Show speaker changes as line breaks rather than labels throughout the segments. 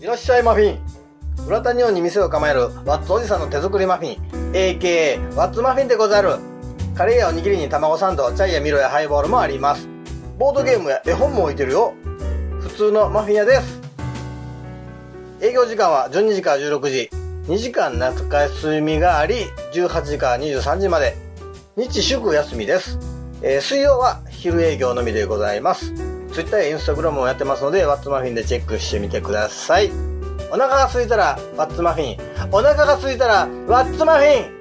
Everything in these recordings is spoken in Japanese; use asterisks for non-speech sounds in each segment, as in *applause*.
いらっしゃいマフィン浦田日本に店を構えるワッツおじさんの手作りマフィン AKA ワッツマフィンでござるカレーやおにぎりに卵サンドチャイやミロやハイボールもありますボードゲームや絵本も置いてるよ普通のマフィン屋です営業時間は12時から16時2時間夏休みがあり18時から23時まで日祝休みです、えー水曜は昼営業のみでございます Twitter や Instagram もやってますのでワッツマフィンでチェックしてみてくださいお腹が空いたらワッツマフィンお腹が空いたらワッツマフィン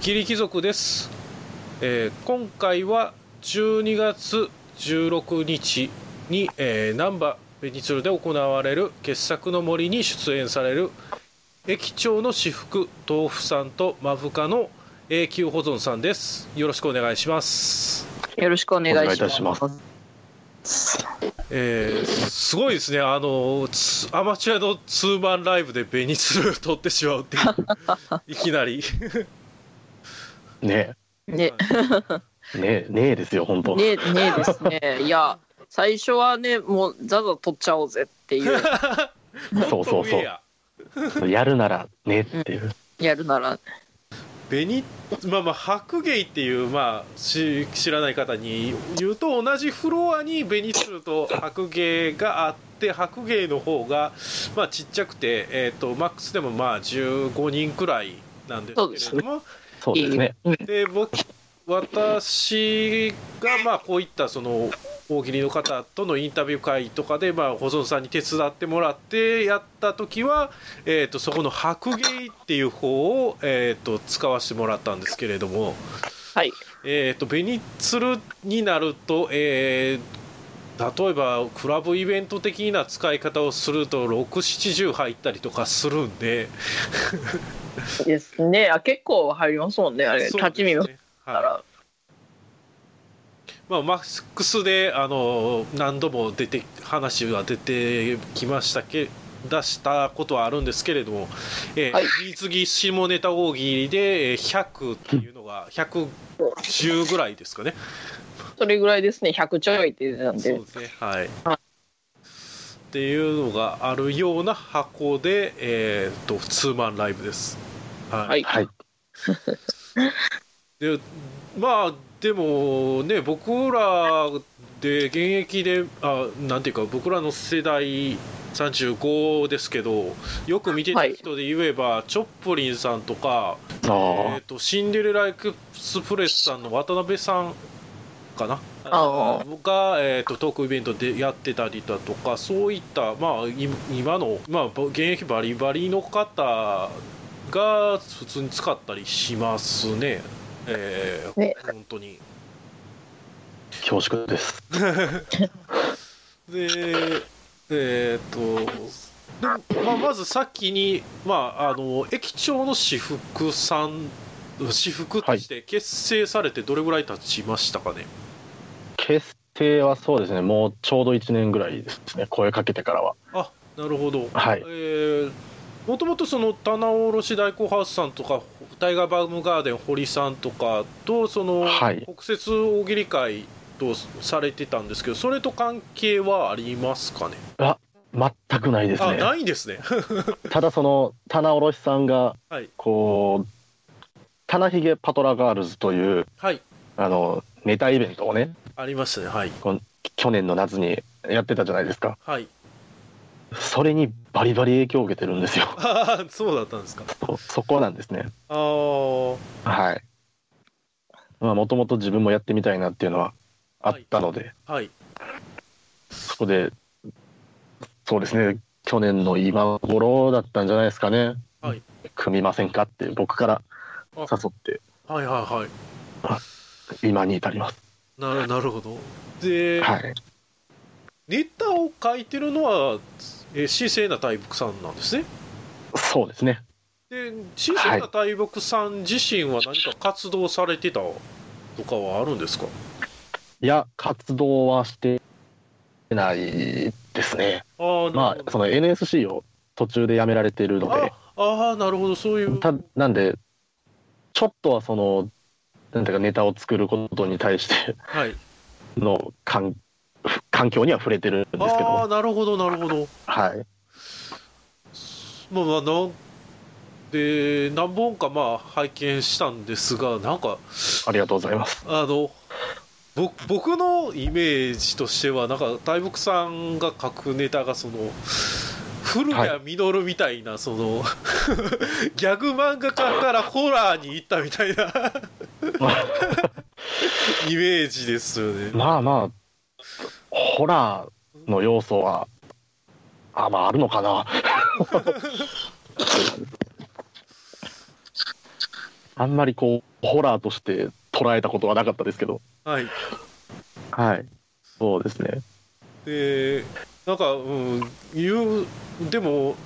キリ貴族です、えー今回は12月16日に、えー、難波ベニツルで行われる傑作の森に出演される駅長の私服豆腐さんとマフカの永久保存さんですよろしくお願いします、
よろしくお願いします。
お願いいたします
えーすごいですねあのつアマチュアのツーマンライブでベニツルを取ってしまうっていういきなり
ね
ね、
え、ねえ、ねえですよ、本当。
ね、ねです
*laughs*
ね。いや、最初はね、もうザザ取っちゃおうぜっ
*laughs*
ていう、
そうそう
ウ
そ
ェア
う。やるなら、ねっていう。
やるなら、
ベニまあまあ白芸っていう、まあ、し知らない方に言うと同じフロアにベニツルと白芸があって白芸の方が、まあ、ちっちゃくて、えー、とマックスでもまあ15人くらいなんですけれども
そうですね。
で僕私がまあこういったその大喜利の方とのインタビュー会とかでまあ保存さんに手伝ってもらってやった時は、えー、とそこの白芸っていう方を、えー、と使わせてもらったんですけれども、
はい、
えー、とベニツルになると、えー例えばクラブイベント的な使い方をすると670入ったりとかするんで
ですね。あ、結構入りますもんね。あれ、
そう
立ち見
で
を
す
し
ね
た
はい
ら、
まあ、マックスであの何度も出て話は出てきましたけ出したことはあるんですけれども、えー
はい
水着下ネタ大喜利でえー100っていうのが110ぐらいですかね。
それぐらいですね。100ちょいって出てたん
そう
で
で、すねはい
はい
っていうのがあるような箱で、えー、とツーマンライブです。はい
はい、
はい。
でまあでもね僕らで現役であなんていうか僕らの世代35ですけどよく見てた人で言えば、チョップリンさんとか、え
あ
ー、とシンデレラエクスプレスさんの渡辺さんかな
ああ
が、えー、とトークイベントでやってたりだとかそういった、まあ、い今の、まあ、ぼ現役バリバリの方が普通に使ったりしますね。えー
ね
本当に
あ、恐縮です。
でえーっとで、まあ、まず先に、まあ、あの駅長の私服さん私服として結成されてどれぐらい経ちましたかね、
結成はそうですね、もうちょうど1年ぐらいですね、声かけてからは。
あなるほど
は
え
い。
ーもともとその棚卸大工ハウスさんとかタイガーバームガーデン堀さんとかとその、
はい
国設大喜利会とされてたんですけどそれと関係はありますかね
全くないです
あ
ね。
ないんですね
ただ、その、棚卸さんが
はい、
こう、棚ひげパトラガールズという、
はい
あの、ネタイベントをね、
ありましたねはい
去年の夏にやってたじゃないですか。
はい
それにバリバリ影響を受けてるんですよ。 *laughs*
ああそうだったんですか
そそこなんですね。
ああ
はい。まあ、もともと自分もやってみたいなっていうのはあったので、
はい
そこで、そうですね、去年の今頃だったんじゃないですかね。
はい
組みませんかって僕から
あ
誘って、
はいはいはい
今に至ります。
ななるほどで、
はい。
ネタを書いてるのは、えー、神聖な大木さんなんですね
そうですね。
で新鮮な大木さん自身は何か活動されてたとかはあるんですか
いや、活動はしてないですね。
ああああ
まあ、その NSC を途中でやめられてるので、
ああなるほどそういう
たなんで、ちょっとはその、なんていうか、ネタを作ることに対して
はい
の環環境には触れてるんですけ
ああ
ど、
なるほどなるほど
はい、
まあまあなんで何本かまあ拝見したんですがなんか
ありがとうございます。
あのぼ僕のイメージとしてはなんか大木さんが書くネタがその古
は
谷実みたいな、その *laughs* ギャグ漫画家からホラーに行ったみたいな *laughs* イメージですよね。
まあまあ、ホラーの要素は、あまあ、あるのかな。 *laughs* あんまりこう、ホラーとして捉えたことはなかったですけど、
はい、
はい、そうですね。
でなんか、うん、有でも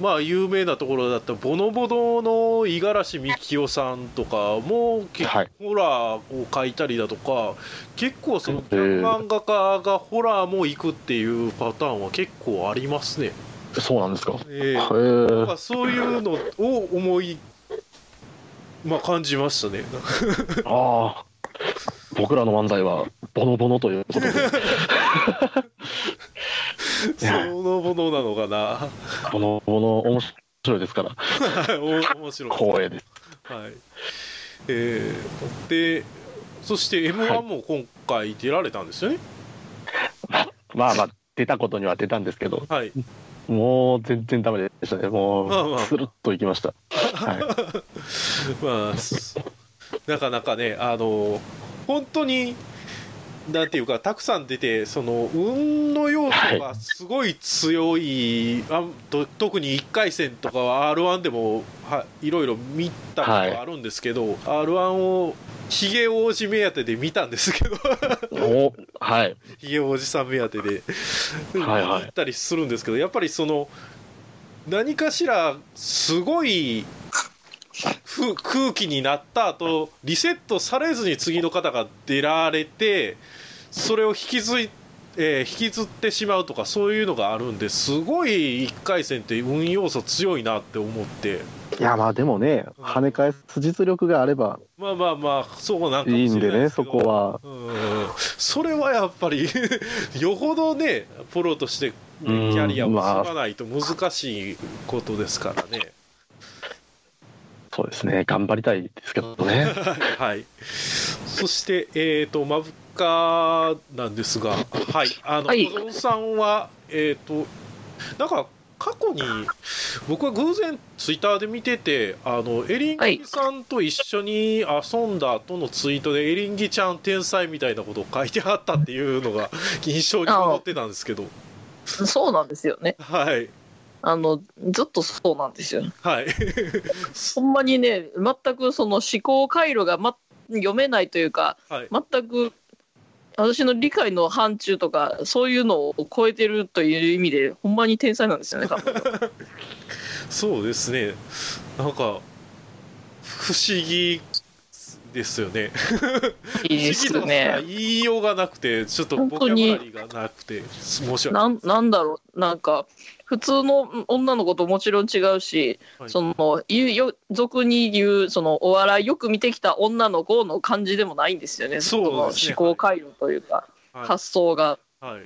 まあ有名なところだったボノボノの五十嵐美樹夫さんとかも結
はい
構ホラーを描いたりだとか、結構その
えー
漫画家がホラーも行くっていうパターンは結構ありますね。
そうなんですか。
え
へ
ー
ー
なんかそういうのを思い、まあ、感じましたね。
ああ、僕らの漫才はボノボノということで、い
そ
や
のものなのかな。 *laughs*
ボノボノ面白いですから、
お面白い。
光栄です。
はい。えー、で、そして M1 も今回出られたんですよね。
まあまあ、出たことには出たんですけど、
はい。
もう全然ダメでしたね。
まあま
も
あ
う、スルッといきました。はい、
まあ、すなかなかね、あの、本当に、なんていうか、たくさん出て、その、運の要素がすごい強い、あんと特に1回戦とかは R1 でもはいろいろ見たことがあるんですけど、R1 を、ヒゲ王子目当てで見たんですけど、
おはい、
ひげおじさん目当てで
はいはい
行ったりするんですけどやっぱりその何かしらすごいふ空気になった後リセットされずに次の方が出られてそれを引きずい、えー引きずってしまうとかそういうのがあるんですごい1回戦って運要素強いなって思って
いや、まあでもね、跳ね返す実力があれば
まあまあまあそうなんかも
いい
し
ん
れ
で
ないで
ね、
すけ
そ
ど
こは。
うんそれはやっぱり *laughs* よほどねプロとしてキ
うん
ャリアを
まあ
積まないと難しいことですからね。
そうですね、頑張りたいですけど *laughs* ね。
*laughs* はい、そして、えー、とマブカなんですが、はい、あの、
はい
小園さんは、えー、となんか過去に僕は偶然ツイッターで見ててあのエリンギさんと一緒に遊んだとのツイートで、エリンギちゃん天才みたいなことを書いてあったっていうのが *laughs* 印象に残ってたんですけど
そうなんですよね。
はい
あの、ずっとそうなんですよ。
はい
ほんまにね、全くその思考回路が、ま、読めないというか、
はい
全く私の理解の範疇とか、そういうのを超えてるという意味で、ほんまに天才なんですよね、彼女
そうですねなんか不思議ですよね
いいですよね。
言いようがなくて、ちょっとボキャブラリーがなくて、申し訳ない。
なんなんだろうなんか普通の女の子ともちろん違うし、
はい
そのいうよ俗に言うそのお笑いよく見てきた女の子の感じでもないんですよね
そうですね
の思考回路というか、
は
発想が
い。はい、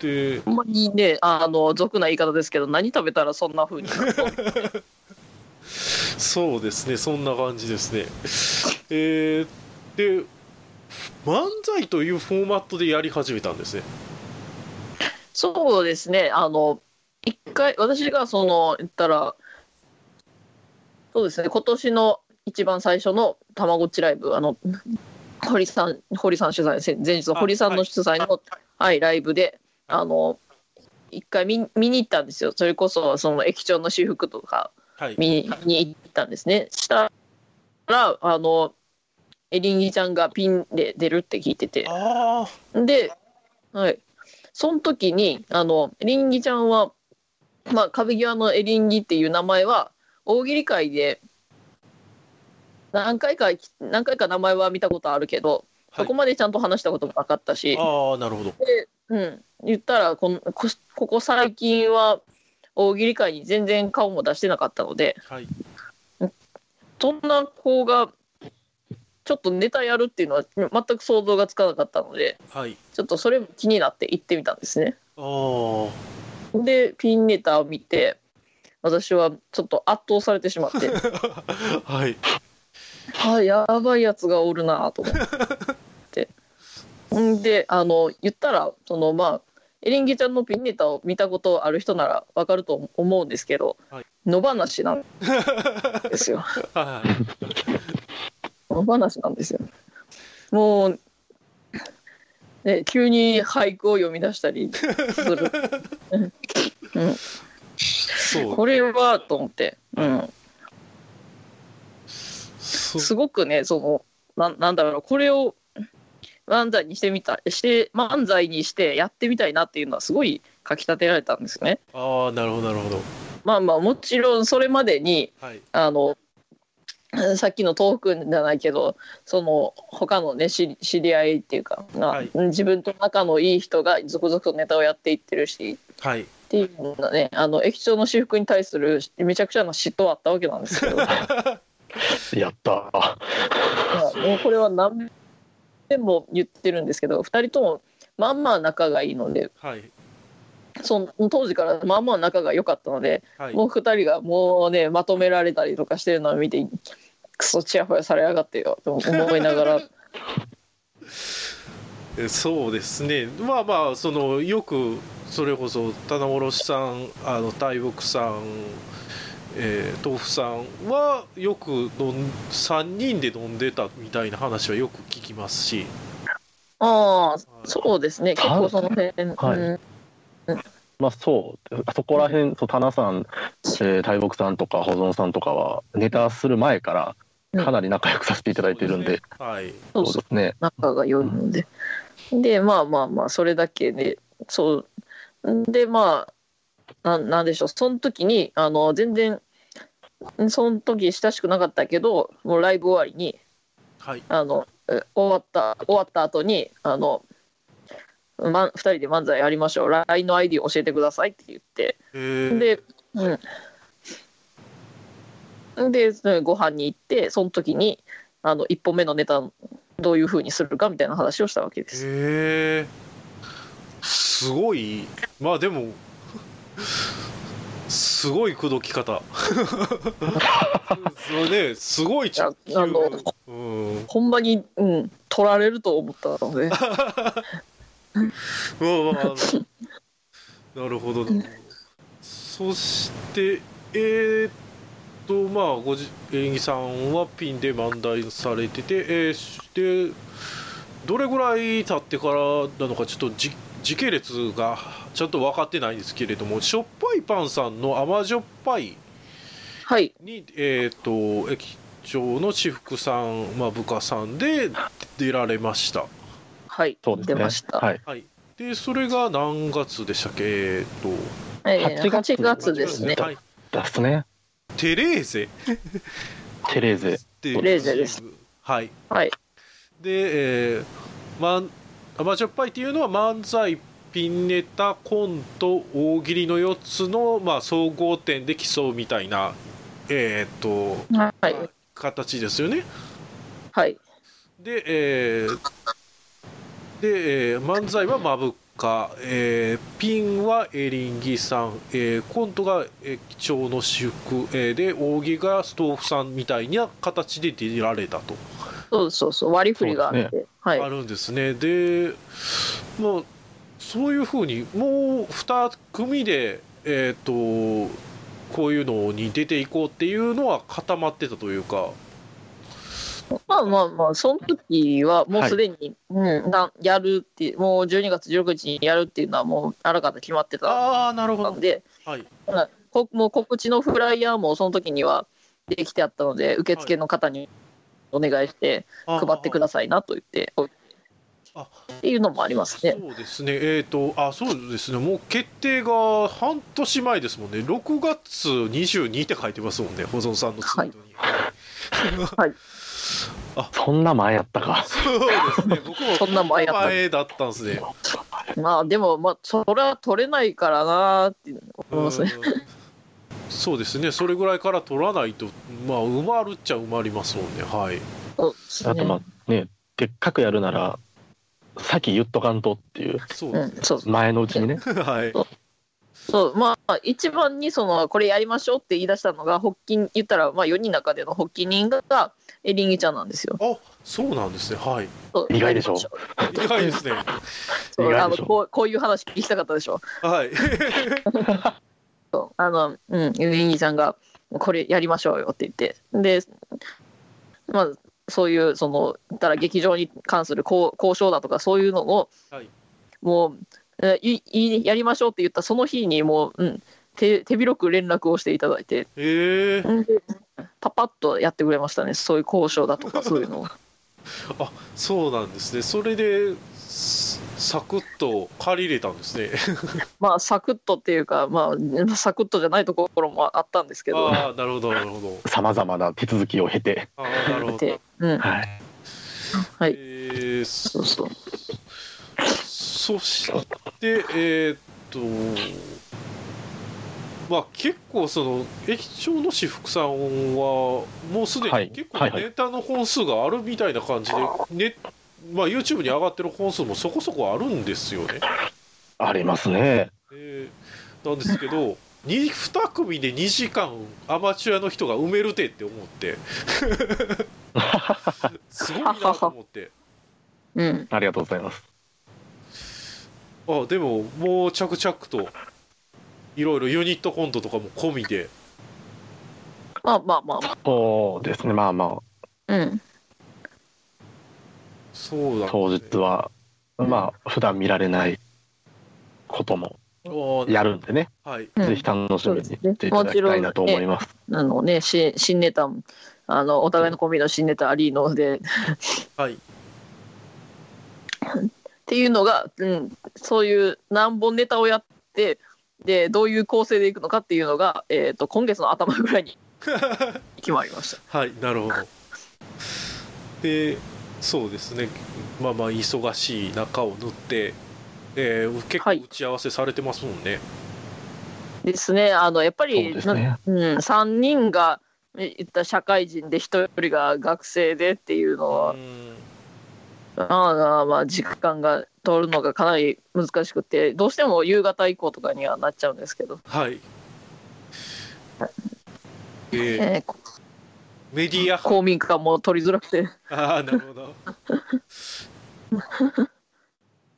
で、
ほんまにねあの俗な言い方ですけど何食べたらそんな風になるの
そうですね、そんな感じですね。えー、で、漫才というフォーマットでやり始めたんですね。
そうですねあの一回私がその言ったらそうですね今年の一番最初のたまごっちライブあの堀さん堀さん主催せ前日の堀さんの主催の、はい、ライブであの一回見見に行ったんですよそれこそその駅長の私服とか
はい。
見に見に行ったんですねしたらあのエリンギちゃんがピンで出るって聞いてて
あ
で、はい、その時にあのエリンギちゃんは、まあ、壁際のエリンギっていう名前は大喜利会で何回か何回か名前は見たことあるけど、
あ、は
そこ
い。
までちゃんと話したこともなかったし、
ああ、なるほど。
うん、言ったらこのこここ最近は大喜利会に全然顔も出してなかったので
はい
そんな子がちょっとネタやるっていうのは全く想像がつかなかったので
はい
ちょっとそれも気になって行ってみたんですね。
あー *laughs*
でピンネタを見て私はちょっと圧倒されてしまって
*laughs* はい
あやばいやつがおるなと思ってんであの言ったらそのまあエリンギちゃんのピンネタを見たことある人ならわかると思うんですけど、
はい
野放しなんで
*laughs*
すよ
は
野放しなんですよもう、ね、急に俳句を読み出したりする、
*laughs*
うん、
いそう
これはと思って、うん、
そ
すごくねそのななんだろうこれを漫才にしてみたして漫才にしてやってみたいなっていうのはすごい書き立てられたんですよね。
ああなるほどなるほど
まあまあもちろんそれまでに
はい
あのさっきの東福じゃないけどその他のね知り知り合いっていうか、まあ
はい
自分と仲のいい人が続々とネタをやっていってるし
はい
っていうのはねあの駅長の私服に対するめちゃくちゃな嫉妬はあったわけなんですけど。
やった
ま
ー。
あ、もうこれは何遍も言ってるんですけど2人ともまあまあ仲がいいので
はい
その当時からまあまあ仲が良かったので、
はい
もう2人がもうねまとめられたりとかしてるのを見てクソチヤホヤされやがってよと思いながら
えそうですねまあまあそのよくそれこそ棚卸さんあの大木さん、えー豆腐さんはよく飲ん3人で飲んでたみたいな話はよく聞きますし、
ああ
はい
そうですね結構その辺、
はい
うん
まあそう、あそこら辺、そう、棚さん、えー大木さんとか保存さんとかは、ネタする前から、かなり仲良くさせていただいてるんで、
はい
そう
そう
そう
ですね。
仲が良いのででまあまあまあそれだけでそうでまあななんでしょうその時にあの全然その時親しくなかったけどもうライブ終わりに
はい
あのえ終わった終わった後にあのま、2人で漫才やりましょう LINE の ID 教えてくださいって言って
えー、
で、うん。で、そのご飯に行って、その時に、あの、一本目のネタ、どういうふうにするかみたいな話をしたわけです。
へえすごいまあでもすごい口説き方 *laughs* そうねすごい
いや
直球
あの
うん
ほんまに、うん、取られると思ったので、
うんまあなるほどなそしてえー、っとまあごじ演技さんはピンで漫才されててえーしてどれぐらい経ってからなのかちょっとじ時系列がちゃんと分かってないんですけれどもしょっぱいパンさんの甘じょっぱい
はい、
に、えー、と駅長の私服さん、まあ、部下さんで出られました
はい、
そうですね。
出ました。
はい。
はい。で、それが何月でしたっけえーっと、
えー
8月
8月ですね。
はい。
ですね。
テレーゼ
テレーゼ。
テ
レーゼです。
はい。
はい、
で、えー、まん、アマチュアパイっていうのは漫才、ピンネタ、コント、大喜利の4つの、まあ、総合点で競うみたいな、えーっと、
はい、
形ですよね。
はい、
で、えーで、えー漫才はまぶか、えーピンはエリンギさん、えーコントがえー貴重の私服、えーで、扇がストーフさんみたいな形で出られたと、
そうそうそう、割り振りがあって、
そう
はい、
あるんですね。で、まあ、そういうふうに、もう2組で、えっ、と、こういうのに出ていこうっていうのは固まってたというか、
まあまあまあ、その時はもうすでに、うん、なやるっていう、もう12月16日にやるっていうのは、もうあらかた決まってた
ああ、なるほ
の
ど。
で、
はい。
こもう告知のフライヤーもその時にはできてあったので受付の方にお願いして
配
配ってくださいなと言っておい
あ
っていうのもありますね。
そうですね、えっ、と、あ、そうですね、もう決定が半年前ですもんね、6月22って書いてますもんね、保存さんのツイートに。
そんな前やったか。
そうですね、僕も
そんな前やった
前だったんですね。
まあでもまあそれは取れないからなーって思いますね。
そうですねそれぐらいから取らないとまあ埋まるっちゃ埋まりますもんねはい
そうですね
あとまあねでっかくやるなら先言っとかんとっていう
そう
う
で
ん、そうそう
前のうちにね
*laughs* はい
そうまあ一番にそのこれやりましょうって言い出したのが発起人言ったらまあ4人の中での発起人がエリンギちゃんなんですよ。
あそうなんですねはい
そう
意外でしょ
意外ですね
そう
意
あの
外でしょ
こうこういう話聞きたかったでしょ。
はい *laughs*
そうあのうんエリンギちゃんがこれやりましょうよって言ってでまあそういうその言ったら劇場に関する交交渉だとかそういうのを、
はい
もうえいいやりましょうって言ったその日にもう、うん、手手広く連絡をしていただいて
ええ
でパパッとやってくれましたねそういう交渉だと
*laughs*
かそういうのを
そうなんですねそれですサクッと借り入れたんですね
まあサクッとっていうかまあサクッとじゃないところもあったんですけど
ああなるほどなるほど
さまざまな手続きを経て、
ああなるほど
でうん
はい、
はい
えーそ
そうそう
そしてえーっとまあ結構その駅長の私服さんはもうすで
は
に
い
結構
はいはい
ネタの本数があるみたいな感じで、ねまあ、YouTube に上がってる本数もそこそこあるんですよね。
ありますね
えーなんですけど 2, 2組で2時間アマチュアの人が埋めるてって思って
*laughs*
すごいなと思って
うん
ありがとうございます
あでももう着々といろいろユニットコントとかも込みで
まあまあまあまあ
そうですねまあま
うん
そうだ、
あ当日はまあ普段見られないことも
あー
やるんでね、
はい
うん
ぜひ楽しみにしていただきたいなと思います。
あのね、新新ネタもあのお互いのコンビの新ネタありのでっ
はい
ていうのが、うん、そういう何本ネタをやってでどういう構成でいくのかっていうのが、えー、と今月の頭ぐら
*laughs*
いに決まりました。
はいなるほどでそうですねまあまあ忙しい中を縫って、えー結構
はい
打ち合わせされてますもんね、
ですねあのやっぱ
そう
り
ですね。
なうん、3人がえ言った社会人で1人が学生でっていうのは
う、ん
ああまあ時間が取るのがかなり難しくてどうしても夕方以降とかにはなっちゃうんですけど、
はいえ
え
ー
*laughs* ー
メディア
公民館も取りづらくて。
*laughs* ああなるほど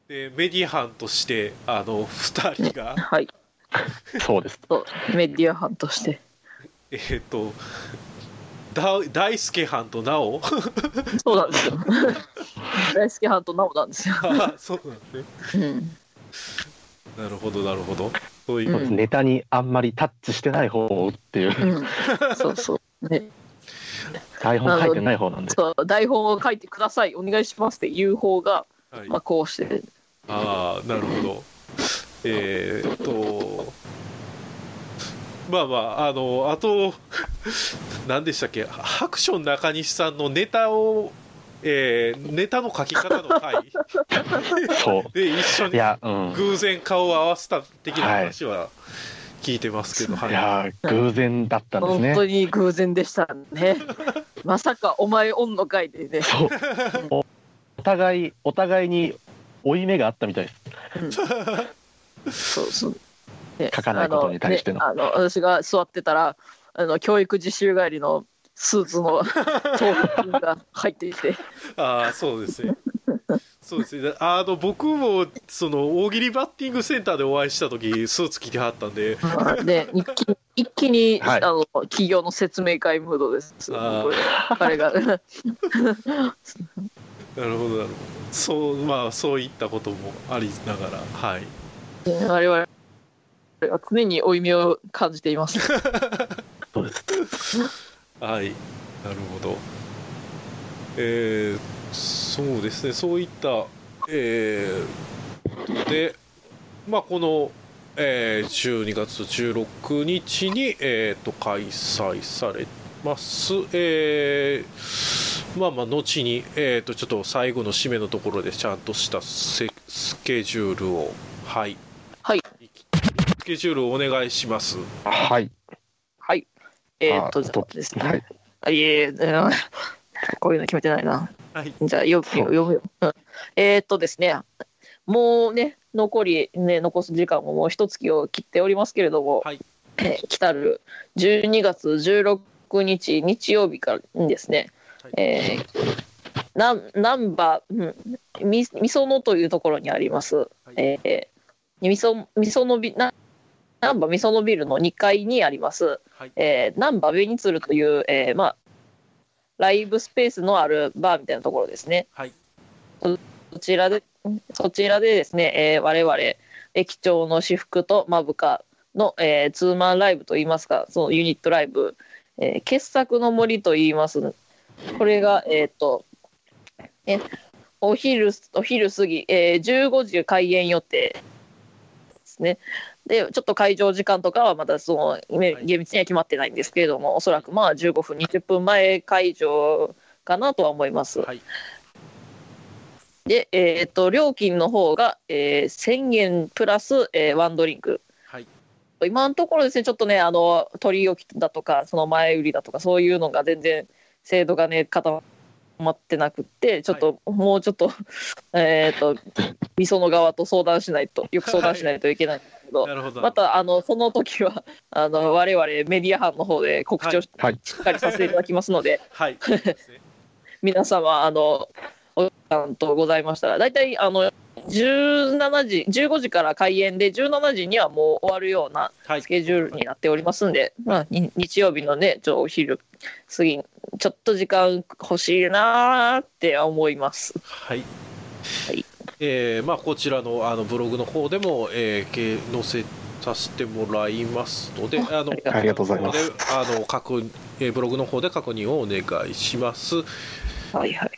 でメディア班としてあの2人が
はい、
そうです。
そうメディア班として。
えっ、とだ大輔班となお
そうなんですよ。大好き班とナオなんですよ。
あー *laughs* そうなんですね
うん、
なるほどなるほどそういう、
う
そうんですネタにあんまりタッチしてない方っていう
うん、そうそう。ね、
台本書いてない方なんで。
そう台本を書いてください、お願いしますっていう方が、
はい
まあ、こうして。
ああなるほどえーっとまあまああのあと何でしたっけ白書の中西さんのネタをえーネタの書き方の回
そ
で一緒
う。い
に
や、うん。
偶然顔を合わせた的な話は聞いてますけど、はい
いや、偶然だったんです
本
ね
当。に偶然でしたね。まさかお前オンの回でね。
そう。おお互い、お互いに負い目があったみたいです。
うんそうそう。ね
書かないことに対しての
あのねあの私が座ってたら、あの教育実習帰りのスーツの盗品が入ってきて。
ああそうですねそうですねあの僕もその大喜利バッティングセンターでお会いした時スーツ着てはったんで
まあね、一気に一気に、
はい
あの企業の説明会ムードです。
あー
これ彼
*laughs*
が
なるほどなるほどそうまあそういったこともありながらはい
我々は常に負い目を感じてい
*laughs*
ます。
そうです。
はいなるほどえー、そうですねそういったえー、でまあこの、えー、12月16日に、えー、と開催されますえーまあまあ後に、えー、とちょっと最後の締めのところでちゃんとしたせスケジュールをはい
はい
スケジュールをお願いします
はい。
はい。えーっと、
あ
じゃあですね。
はい。
あいえいえ、うんこういうの決めてないな。
はい
じゃあ、よ
そう
読むよ。うんえーっとですね、もうね、残り、ね、残す時間ももう一月を切っておりますけれども、
はい
えー来たる12月16日、日曜日からにですね、
はい
えーなんなんば、うん、みみそのというところにあります、
い
えーみそみそのビななんばみそのビルの2階にあります、
はい
えー、なんばベニツルという、えーまあ、ライブスペースのあるバーみたいなところですね。
はい
そそちらで、そちらでですね、えー、我々、駅長の私服とまぶかの、えーツーマンライブといいますか、そのユニットライブ、えー傑作の森といいます。これが、えーっと、えお昼、お昼過ぎ、えー、15時開演予定ですね。で、ちょっと会場時間とかはまだその、ね
はい
厳密には決まってないんですけれども、おそらくまあ15分、20分前会場かなとは思います。
はい
で、えーっと、料金の方が、えー1000円プラス、えーワンドリンク。
はい
今のところですね、ちょっとね、あの取り置きだとか、その前売りだとか、そういうのが全然制度がね、固まってなくって、ちょっと、もうちょっと、 *laughs* えーっと、みその側と相談しない
*laughs*
と、よく相談しないといけないんですけど、
なるほど
またあのその時はあの、我々メディア班の方で告知をし
はいはい
しっかりさせていただきますので、
*laughs*
はい
皆様、あの、お時間とございましたら、大体、あの、17時、15時から開演で、17時にはもう終わるような
はい
スケジュールになっておりますんで、まあ、に日曜日のね、ちょお昼過ぎ、ちょっと時間欲しいなーって思います。
はい、
はい
えーまあ、こちらのあのブログの方でも、えーけ、載せさせてもらいますので、あの
ありがとうござい
ますありがとうござ
こちらの方で
います
あの確認えーブログの方で確認をお願いします。
はいはい。